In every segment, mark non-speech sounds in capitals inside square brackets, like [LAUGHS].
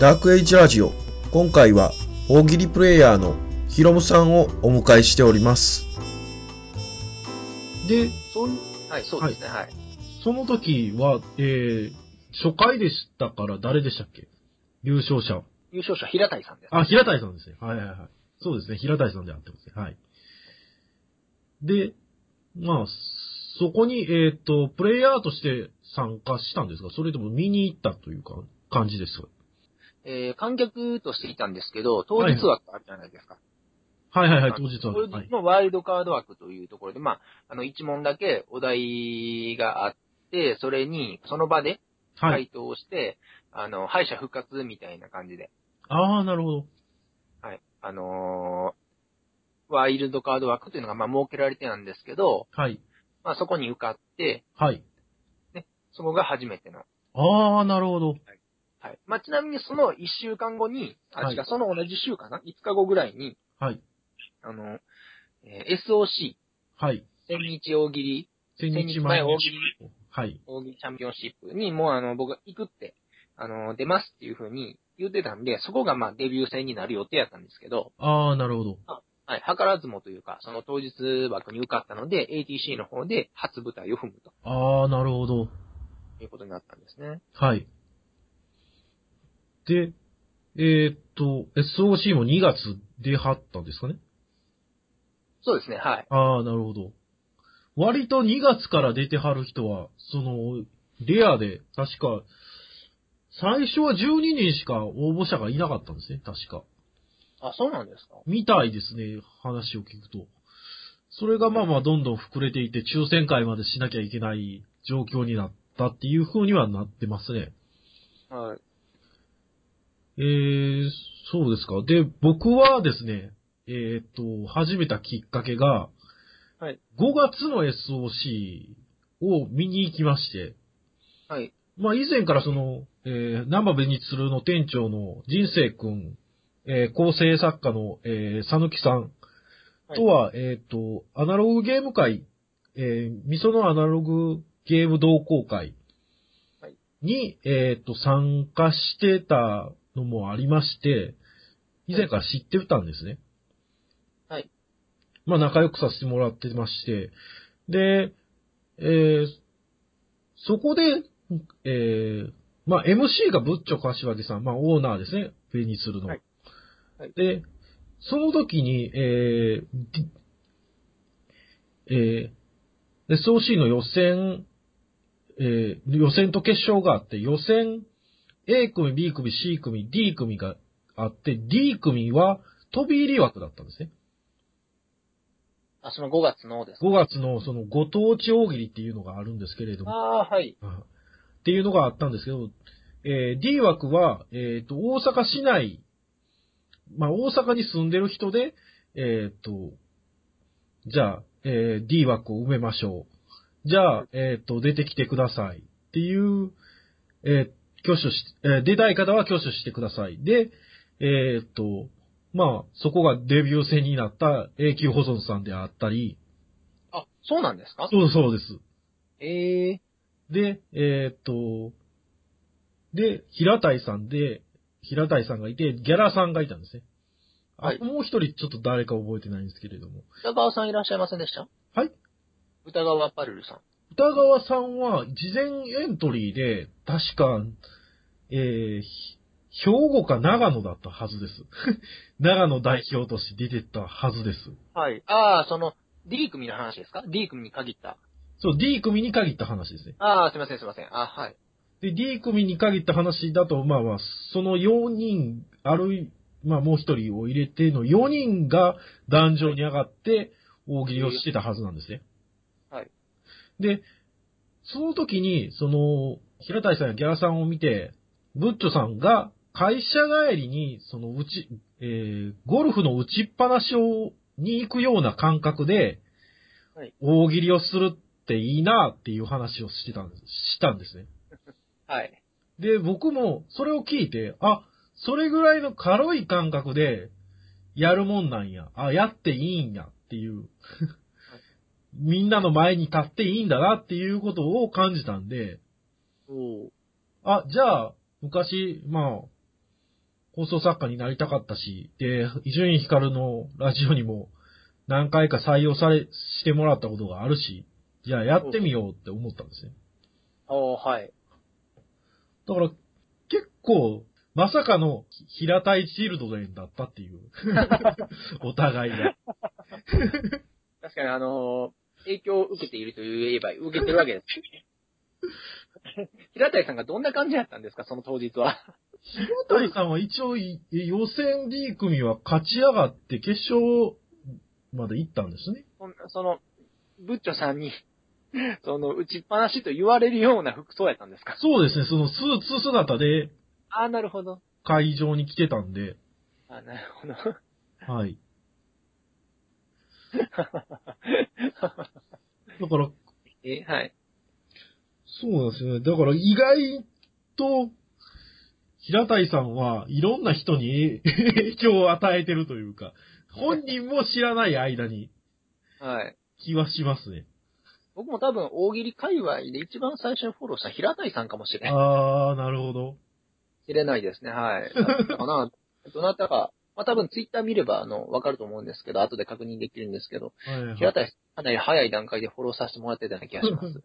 ダークエイジラジオ今回は大喜利プレイヤーのヒロムさんをお迎えしておりますで、そはい、そうですね、はい。その時は、えー、初回でしたから誰でしたっけ優勝者。優勝者、平谷さんです。あ、平谷さんですね。はいはいはい。そうですね、平谷さんであってますね。はい。で、まあ、そこに、えっ、と、プレイヤーとして参加したんですが、それとも見に行ったというか、感じですかえー、観客としていたんですけど、当日枠あるじゃないですか。はいはいはい、あ当の日は。当はい日。のワイルドカード枠というところで、まあ、あの、一問だけお題があって、それに、その場では回い。答して、あの、敗者復活みたいな感じで、ああ、なるほど。はい。あのーワイルドカード枠というのが、まあ、設けられてなんですけど、はい。まあ、そこに受かって、はい。そこが初めての。ああ、なるほど。はい。まあ、ちなみにその1週間後に、あ、はい違う、その同じ週かな ?5 日後ぐらいに、はい。あの、えー SOC、はい。千日大喜利、千日千日前前に大喜利。はい。大喜利チャンピオンシップに、もうあの、僕が行くって、あの、出ますっていう風に言ってたんで、そこがまあデビュー戦になる予定やったんですけど、ああ、なるほど。はい、図らずもというか、その当日枠に受かったので、ATC の方で初舞台を踏むとああ、なるほど。いうことになったんですね。はい。で、えーっと、SOC も2月出はったんですかねそうですね、はい。ああ、なるほど。割と2月から出てはる人は、その、レアで、確か、最初は12人しか応募者がいなかったんですね、確か。あ、そうなんですかみたいですね、話を聞くと。それがまあまあどんどん膨れていって、抽選会までしなきゃいけない状況になったっていう風にはなってますね。はい。えー、そうですか。で、僕はですね、えーっと、始めたきっかけが、はい5月の SOC を見に行きまして、はい。まあ以前からその、えー、生ベニツルの店長の人生くん、えー構成作家の、えー、さぬきさんはいとは、えーっと、アナログゲーム会、えー、みそのアナログゲーム同好会はいに、えーっと、参加してたのもありまして、以前から知ってたんですね。はい。まあ仲良くさせてもらってまして、で、えーそこで、えーまあ MC がブッチョ柏木さん、まあオーナーですね、フェニスルの。はいはいで、その時に、えーでえー SOC の予選、えー予選と決勝があって、予選 A 組、B 組、C 組、D 組があって、D 組は飛び入り枠だったんですね。あ、その5月のですか5月のそのご当地大喜利っていうのがあるんですけれども、ああー、はい。っていうのがあったんですけど、えー D 枠は、えっ、と、大阪市内、まあ、大阪に住んでる人で、えっ、と、じゃあ、えー D 枠を埋めましょう。じゃあ、えっ、と、出てきてください。っていう、えー挙手し、えー出たい方は挙手してください。で、えっ、と、まあ、そこがデビュー戦になった永久保存さんであったり、あ、そうなんですかそうそうです。ええで、えーっと、で、平谷さんで、平谷さんがいて、ギャラさんがいたんですね。あ、はいもう一人ちょっと誰か覚えてないんですけれども。歌川さんいらっしゃいませんでしたはい歌川パルルさん。歌川さんは、事前エントリーで、確か、えーひ兵庫か長野だったはずです。 [LAUGHS] 長野代表として出てったはずです。はい。ああ、その、D 組の話ですか ?D 組に限った。そう、D 組に限った話ですね。ああ、すいません、すいません。あはい。で、D 組に限った話だと、まあまあ、その4人、あるい、まあもう1人を入れての4人が壇上に上がって大喜利をしてたはずなんですね。はい。で、その時に、その、平谷さんやギャラさんを見て、ブッチョさんが会社帰りに、その打ち、えー、ゴルフの打ちっぱなしを、に行くような感覚ではい、大喜利をするっていいなっていう話をしてたんです、したんですね。はい。で、僕もそれを聞いて、あ、それぐらいの軽い感覚でやるもんなんや。あ、やっていいんやっていう。 [LAUGHS] みんなの前に立っていいんだなっていうことを感じたんで、おあ、じゃあ、昔、まあ、放送作家になりたかったし、で、伊集院光のラジオにも何回か採用され、してもらったことがあるし、じゃあやってみようって思ったんですね。ああ、はい。だから、結構、まさかの平たいシールドでだったって [LAUGHS] いう。お互いが。確かにあのー影響を受けていると言えば、受けてるわけです。 [LAUGHS] 平谷さんがどんな感じだったんですか、その当日は。平谷さんは一応い予選 D 組は勝ち上がって決勝まで行ったんですね。そんその、ブッチョさんに、その、打ちっぱなしと言われるような服装やったんですかそうですね、そのスーツ姿でああ、なるほど。会場に来てたんで、ああ、なるほど。 [LAUGHS] はい。だから、え、はい。そうなんですよね。だから意外と、平谷さんはいろんな人に [LAUGHS] 影響を与えてるというか、本人も知らない間にはい。気はしますね。僕も多分、大喜利界隈で一番最初にフォローした平谷さんかもしれない。あー、なるほど。知れないですね、はい。だった [LAUGHS] かな。どなたか。まあ多分、ツイッター見れば、あの、わかると思うんですけど、後で確認できるんですけど、はいはい平谷さん、かなり早い段階でフォローさせてもらってたような気がし [LAUGHS] ます。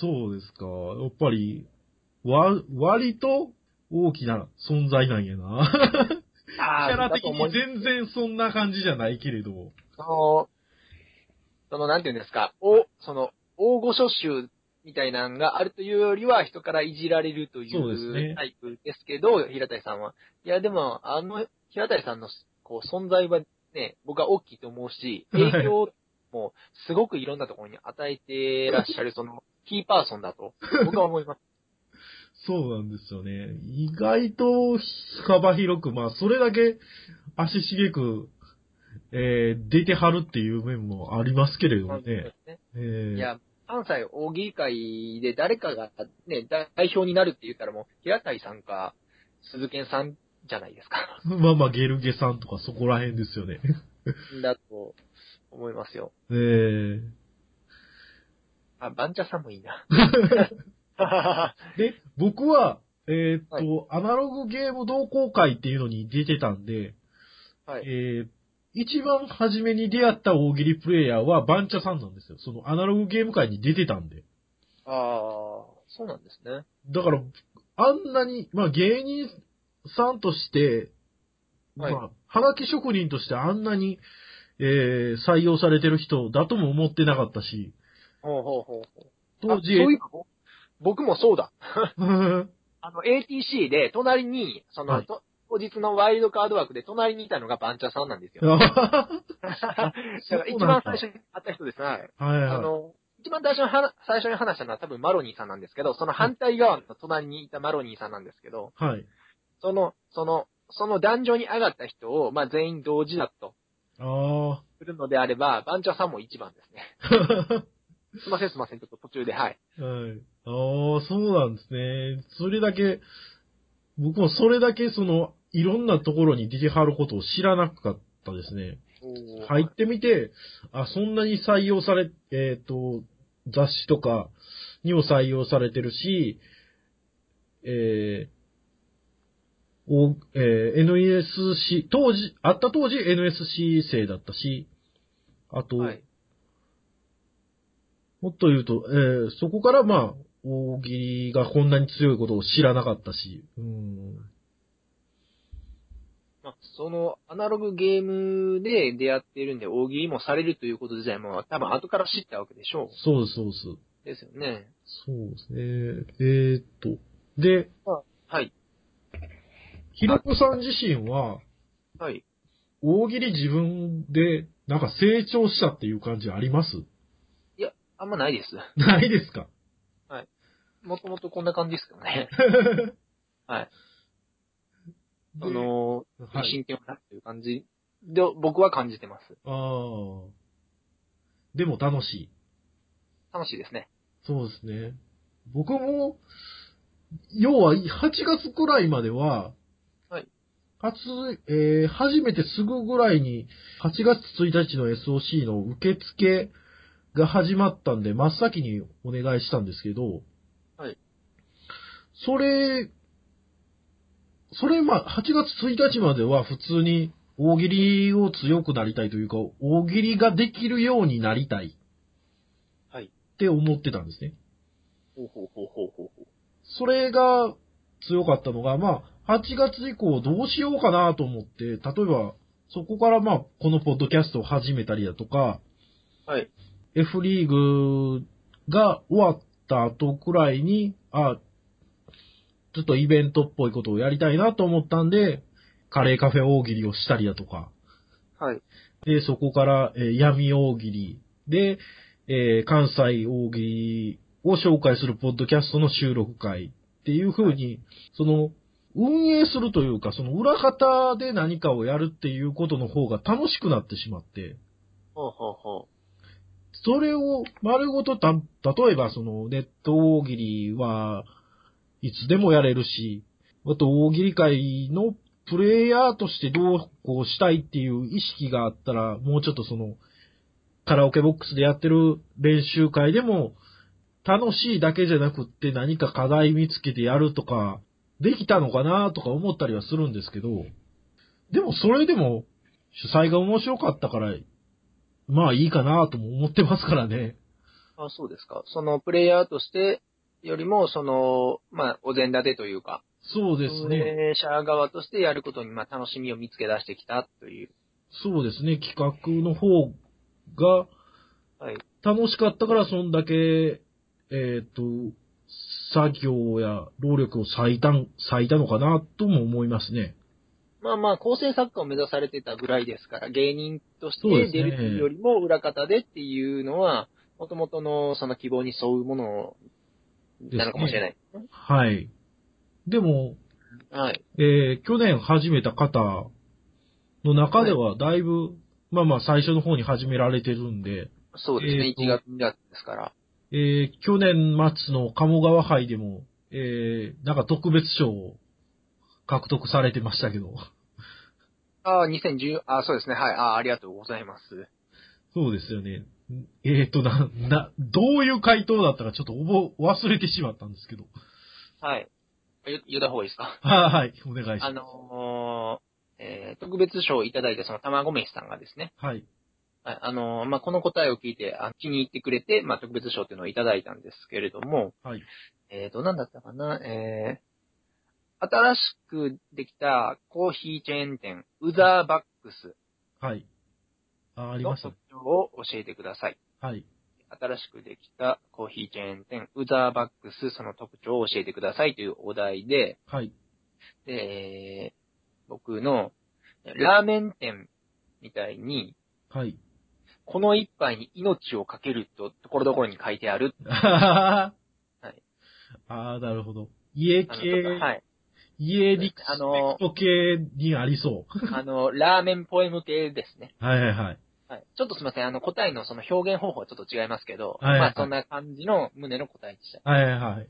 そうですか。やっぱり、わ、割と大きな存在なんやな。 [LAUGHS] キあャあ、ラだ的と思にい全然そんな感じじゃないけれども。その、その、なんていうんですか、お、その、大御所集みたいなのがあるというよりは、人からいじられるといそうですねうタイプですけど、平谷さんは。いや、でも、あの、平谷さんの、こう、存在はね、僕は大きいと思うし、はい影響も、すごくいろんなところに与えてらっしゃる、その、キーパーソンだと、僕は [LAUGHS] 思います。そうなんですよね。意外と幅広く、まあ、それだけ足しげく、えー、出てはるっていう面もありますけれどもね。えーいや、関西大喜利会で誰かがね、代表になるって言ったらもう、平谷さんか、鈴賢さんじゃないですか。まあまあ、ゲルゲさんとかそこら辺ですよ [LAUGHS] ね。だと思いますよ。えー、あ、バンチャさんもいい [LAUGHS] な。で、僕は、えーっと、アナログゲーム同好会っていうのに出てたんで、はい。えー、一番初めに出会った大喜利プレイヤーはバンチャさんなんですよ。そのアナログゲーム会に出てたんで。ああ、そうなんですね。だから、あんなに、まあ芸人さんとして、はいまあ、はがき職人としてあんなに、えー、採用されてる人だとも思ってなかったし、ほうほうほうほう。当あ時、そういえば僕もそうだ。 [LAUGHS] うんあの、ATC で、隣に、その、はいと当日のワイルドカード枠で隣にいたのがバンチャさんなんですよ。だから一番最初に会った人ですね。ははいいあはの、一番最初に話最初に話したのは多分マロニーさんなんですけど、その反対側の隣にいたマロニーさんなんですけど、い。はい。その、その、その壇上に上がった人を、まあ全員同時だとあ [LAUGHS] するのであれば、番長さんも一番ですね。 [LAUGHS] あ。すいませんすいません、ちょっと途中で、はい。はい。ああ、そうなんですね。それだけ、僕もそれだけその、いろんなところに出てはることを知らなかったですね。入っ。てみて、あ、そんなに採用され、えっ、と、雑誌とかにも採用されてるし、えー、おえー NSC、当時、あった当時 NSC 生だったし、あと、はい。もっと言うと、えーそこからまあ、大喜利がこんなに強いことを知らなかったし、うん。まあその、アナログゲームで出会っているんで、大喜利もされるということ自体も、多分後から知ったわけでしょそうです、そうです。う。ですよね。そうですね。えー、っと。で、はい。ひろこさん自身は、はい。大喜利自分で、なんか成長したっていう感じあります [LAUGHS] あんまないです。ないですかもともとこんな感じですけどね。はい。で [LAUGHS] あの、はい。真剣をなっていう感じで、僕は感じてます。ああ。でも楽しい。楽しいですね。そうですね。僕も、要は8月くらいまでは、はい初、えー、初めてすぐぐらいに、8月1日の SOC の受付が始まったんで、真っ先にお願いしたんですけど、はいそれ、それ、まあ、8月1日までは普通に大喜利を強くなりたいというか、大喜利ができるようになりたいはい。って思ってたんですね。ほうほうほうほうほうほう。それが強かったのが、まあ、8月以降どうしようかなと思って、例えば、そこからまあ、このポッドキャストを始めたりだとか、はい。 F リーグが終わった後くらいに、あ、ちょっとイベントっぽいことをやりたいなと思ったんで、カレーカフェ大喜利をしたりだとか、はい。で、そこから、えー闇大喜利で、えー関西大喜利を紹介するポッドキャストの収録会っていう風に、その、運営するというか、その裏方で何かをやるっていうことの方が楽しくなってしまって、ほうほうほそれを丸ごとた、例えばそのネット大喜利はいつでもやれるし、あと大喜利界のプレイヤーとしてどうこうしたいっていう意識があったら、もうちょっとその、カラオケボックスでやってる練習会でも、楽しいだけじゃなくって何か課題見つけてやるとか、できたのかなとか思ったりはするんですけど、でもそれでも主催が面白かったからまあいいかなとも思ってますからね。う。あ、そうですか。その、プレイヤーとして、よりも、その、まあ、お膳立てというか、そうですね。運営者側としてやることに、まあ、楽しみを見つけ出してきたという。そうですね。企画の方がはい。楽しかったから、そんだけ、えっ、と、作業や労力を割いたん、割いたのかなとも思いますね。まあまあ、構成作家を目指されてたぐらいですから、芸人としてそうですね出るというよりも裏方でっていうのは、もともとのその希望に沿うものなのかもしれない。はい。でも、はい。えー去年始めた方の中では、だいぶ、まあまあ最初の方に始められてるんで、そうですえーね。と1月2月ですから。えー去年末の鴨川杯でも、えーなんか特別賞を獲得されてましたけど。ああ、2010、ああ、そうですね。はい。ああ、ありがとうございます。そうですよね。えっ、と、な、な、どういう回答だったかちょっとおぼ、忘れてしまったんですけど。はい。言言った方がいいですかはいはい、お願いしまあす。のーえー特別賞をいただいたその卵飯さんがですね、はい。はいあのーまあ、この答えを聞いて、あ気に入ってくれて、まあ、特別賞っていうのをいただいたんですけれども、はい。えっ、と、なんだったかな、えー、新しくできたコーヒーチェーン店、ウザーバックスはい。あ、ありのました特。徴を教えてください。はい。新しくできたコーヒーチェーン店、ウザーバックス、その特徴を教えてくださいというお題で、はい。で、えー僕のラーメン店みたいに、はい。 [LAUGHS] この一杯に命をかけると、ところどころに書いてある。あははははいあー、なるほど。家系あの、はい。家リスあペのクト系にありそあの、ラーメンポエム系ですね。う。はいはいはい。はい。ちょっとすみません。あの、答えのその表現方法はちょっと違いますけど、はいまあ、そんな感じの胸の答えでした。はいはいはい。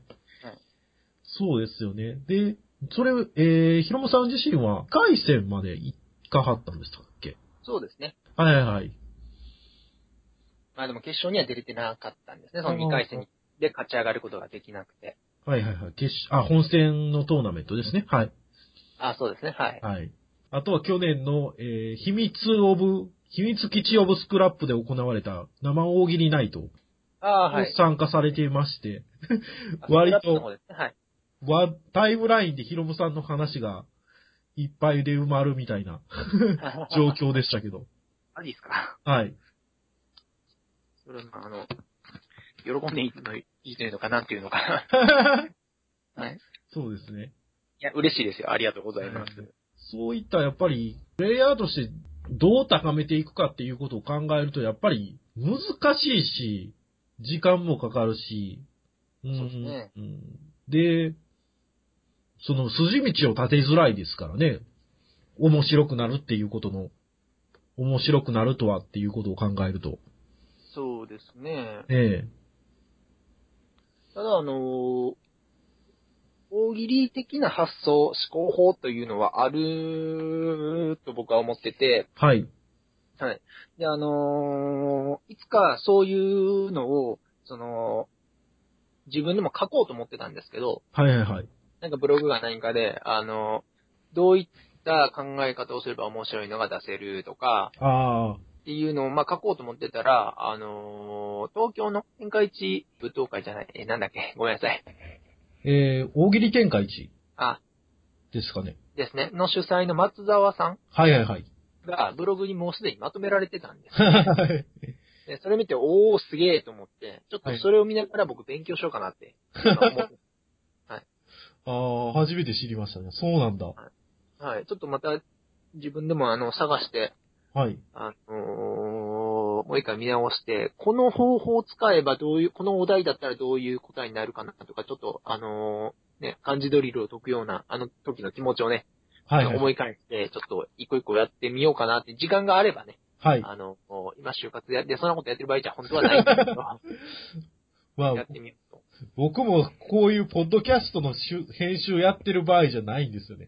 そうですよね。で、それ、えー、ひろもさん自身は、海鮮まで行かはったんでしたっけそうですね。はいはいはい。まあでも決勝には出れてなかったんですね。その2回戦で勝ち上がることができなくて。はいはいはい。決し、あ、本戦のトーナメントですね。はい。あ、そうですね。はい。はい。あとは去年の、えー、秘密オブ、秘密基地オブスクラップで行われた生大喜利ナイトをああ、はい。参加されていまして、割とあそうだったのですねはい。わ、タイムラインでひろもさんの話がいっぱいで埋まるみたいな [LAUGHS] 状況でしたけど。マジですか。はい。それは、あの、喜んでいいの、いいのかなっていうのかな。 [LAUGHS] はい。そうですね。いや、嬉しいですよ。ありがとうございます。そういったやっぱり、プレイヤーとしてどう高めていくかっていうことを考えると、やっぱり難しいし、時間もかかるし、うんそうですねうんで、その筋道を立てづらいですからね。面白くなるっていうことの、面白くなるとはっていうことを考えると。そうですね。ええ。ただ、あのー大喜利的な発想、思考法というのはあると僕は思ってて、はい。はい。で、あのーいつかそういうのを、その、自分でも書こうと思ってたんですけど、はいはいはい。なんかブログが何かで、あのどういった考え方をすれば面白いのが出せるとか、ああ、っていうのを、まあ、書こうと思ってたら、あのー東京の展開地舞踏会じゃない、え、なんだっけ、 [LAUGHS] ごめんなさい。えー、大喜利展開地あ、ですかね。ですね、の主催の松沢さんはいはいはい。 [LAUGHS] がブログにもうすでにまとめられてたんです。はいでそれ見て、おー、すげえと思って、ちょっとそれを見ながら僕勉強しようかなって。今思ってああ、初めて知りましたね。そうなんだ。はい、ちょっとまた自分でもあの、探して、はい。あのーもう一回見直して、この方法を使えばどういう、このお題だったらどういう答えになるかなとか、ちょっと、あのーね、漢字ドリルを解くような、あの時の気持ちをね、はい、はい。思い返して、ちょっと一個一個やってみようかなって、時間があればね、はい。あの、もう今就活やって、そんなことやってる場合じゃ本当はないんだ [LAUGHS] けど、ま [LAUGHS] やあっ、てみようと。僕もこういうポッドキャストの集編集やってる場合じゃないんです [LAUGHS] よね。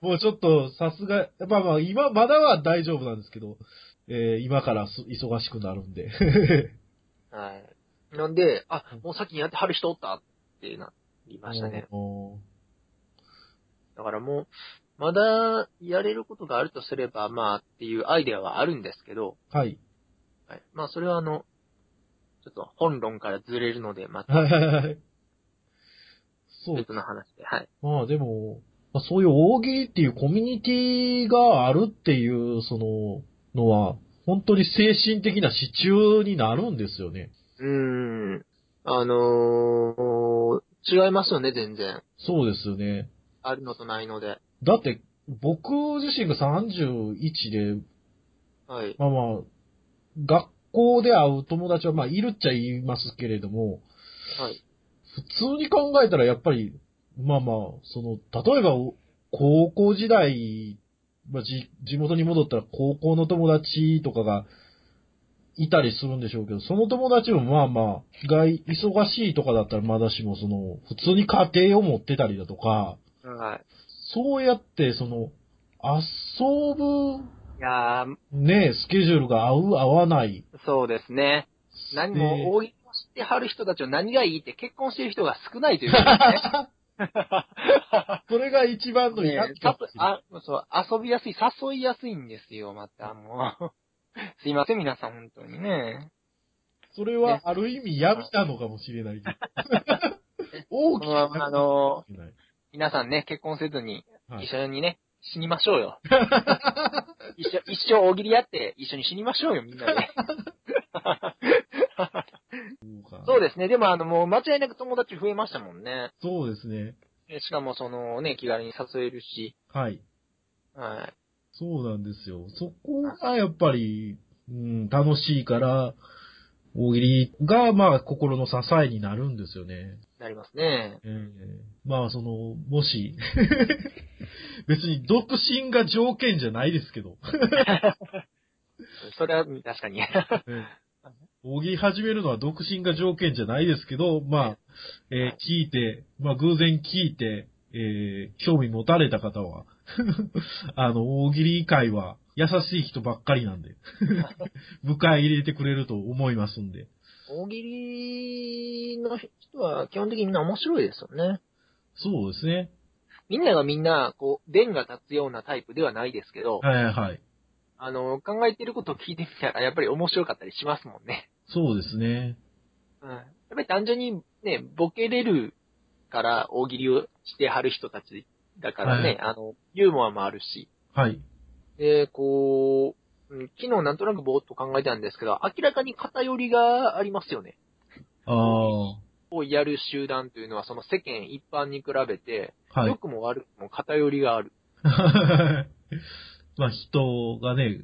もうちょっとさすが、まあまあ、今、まだは大丈夫なんですけど、えー今からす忙しくなるんで。はい。なんで、あ、もう先にやってはる人おったってなりましたね。 [LAUGHS] おーだからもう、まだやれることがあるとすれば、まあっていうアイデアはあるんですけど、はい。はい、まあそれはあの、ちょっと本論からずれるので、またはいはいはい。そう別。の話で、はい。まあでも、まあ、そういう大喜利っていうコミュニティがあるっていう、その、のは、本当に精神的な支柱になるんですよね。うーん。あのー、違いますよね、全然。そうですよね。あるのとないので。だって、僕自身が31で、はい。まあまあ、学校で会う友達はまあいるっちゃいますけれども、はい。普通に考えたらやっぱり、まあまあ、その、例えば、お高校時代、まあ、じ地元に戻ったら高校の友達とかがいたりするんでしょうけど、その友達もまあまあ、がい忙しいとかだったらまだしも、その、普通に家庭を持ってたりだとか、はい。そうやって、その、遊ぶ、いやー、ね、スケジュールが合う、合わない。そうですね。何も、多い。大喜利を知ってはる人たちを何がいいって結婚してる人が少ないということですね。それが一番のねやたとあそう遊びやすい、誘いやすいんですよ、またもう。 [LAUGHS] すいません、皆さん、本当にね。それはある意味闇なのかもしれないけど。 [LAUGHS] 大きくまああのなる皆さんね、結婚せずに、かもしれない、はい一緒にね、死にましょうよ。一緒、一生大喜利やって、一緒に死にましょうよ、みんなで。そうですね。でも、あの、もう間違いなく友達増えましたもんね。そうですね。えしかも、そのね、気軽に誘えるし。はい。はい。そうなんですよ。そこがやっぱり、うん、楽しいから、大喜利が、まあ、心の支えになるんですよね。なりますね。ええまあ、その、もし、 [LAUGHS] 別に独身が条件じゃないですけど、それは、確かに。 [LAUGHS] 大喜利始めるのは独身が条件じゃないですけど、まあ、えー聞いて、まあ、偶然聞いて、えー興味持たれた方は、 [LAUGHS] あの、大喜利会は優しい人ばっかりなんで、 [LAUGHS] 迎え入れてくれると思いますんで。大喜利の人は基本的にみんな面白いですよね。そうですね。みんながみんな、こう、弁が立つようなタイプではないですけど、はいはいはい。あの、考えてることを聞いてみたら、やっぱり面白かったりしますもんね。そうですね。うん。やっぱり単純にね、ボケれるから大喜利をしてはる人たちだからね、はいあの、ユーモアもあるし、はい。で、こう、うん昨日なんとなくぼーっと考えたんですけど、明らかに偏りがありますよね。ああ、はをやる集団というのは、その世間一般に比べて、良い。くも悪くも偏りがある。 [LAUGHS] まあ人がね、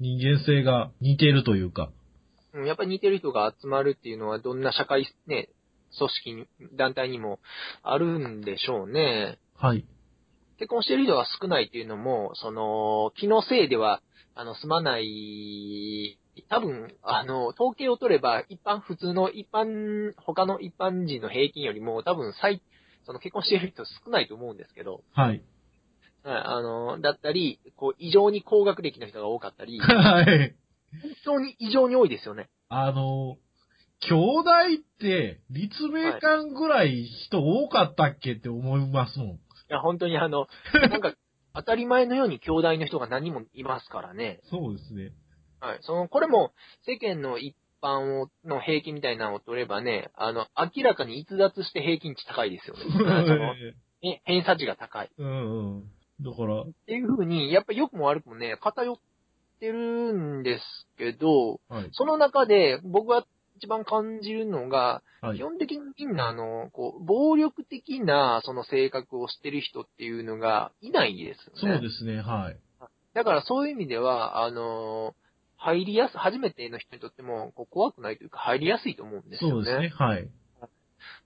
人間性が似てるというか。うんやっぱり似てる人が集まるっていうのは、どんな社会、ね、組織に、団体にもあるんでしょうね。はい。結婚してる人が少ないっていうのも、その、気のせいでは、あの、済まない、多分、あの、統計を取れば、一般、普通の一般、他の一般人の平均よりも、多分、最、その結婚してる人少ないと思うんですけど、はい。はいあの、だったり、こう、異常に高学歴の人が多かっ [LAUGHS] たり、本はい。当に異常に多いですよね。あの、兄弟って立命館ぐらい人多かったっけって思いますもん。いや、本当にあの、なんか、当たり前のように兄弟の人が何人もいますからね。そうです [LAUGHS] ね。はい。その、これも、世間の一般を、の平均みたいなのを取ればね、あの、明らかに逸脱して平均値高いですよね。 [LAUGHS] そのね偏差値が高い。うんうん。だから、っていう風に、やっぱ良くも悪くもね、偏ってるんですけど、はい。その中で僕が一番感じるのが、はい基。本的にみんな、あの、こう、暴力的な、その性格をしてる人っていうのがいないですそよね。うですね、はい。だからそういう意味では、あの、入りやす、初めての人にとっても、こう怖くないというか、入りやすいと思うんですそようね。ですね、はい。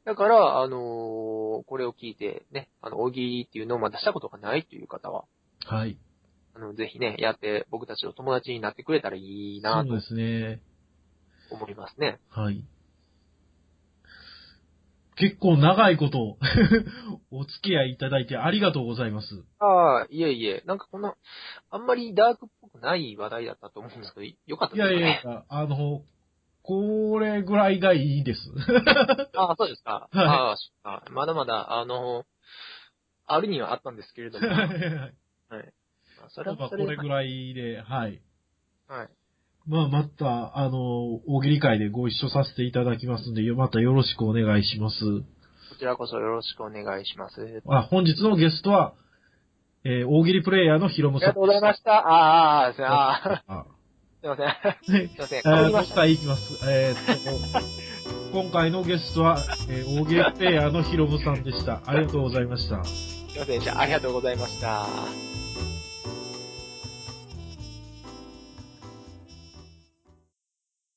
だから、あのこれを聞いてね、あの、大喜利っていうのをまだしたことがないという方は、はい。あの、ぜひね、やって、僕たちの友達になってくれたらいいそなうとですね。思いますね。はい。結構長いこと [LAUGHS] お付き合いいただいてありがとうございます。ああ、いえいえ、なんかこの、あんまりダークっぽくない話題だったと思うんですけど、よかったいですやかね。いやいや、あの、これぐらいがいい [LAUGHS] です。ああ、そうですか。いああ、そっかまだまだ、あの、あるにはあったんですけれども、まあそれやっぱはそこれれぐらいで、はい。はい。まあ、また、あの、大喜利会でご一緒させていただきますんで、よまたよろしくお願いします。こちらこそよろしくお願いします。ああ、本日のゲストは、えー大喜利プレイヤーのヒロムりさんがとうございました。ああ、すいまあせん。ああすいません。すいません。えかぶー、りまし今た。回いきます。えーっと、 [LAUGHS] 今回のゲストは、えー、大喜利プレイヤーのヒロムさんでした。ありがとうございました。すいませんでした。ありがとうございました。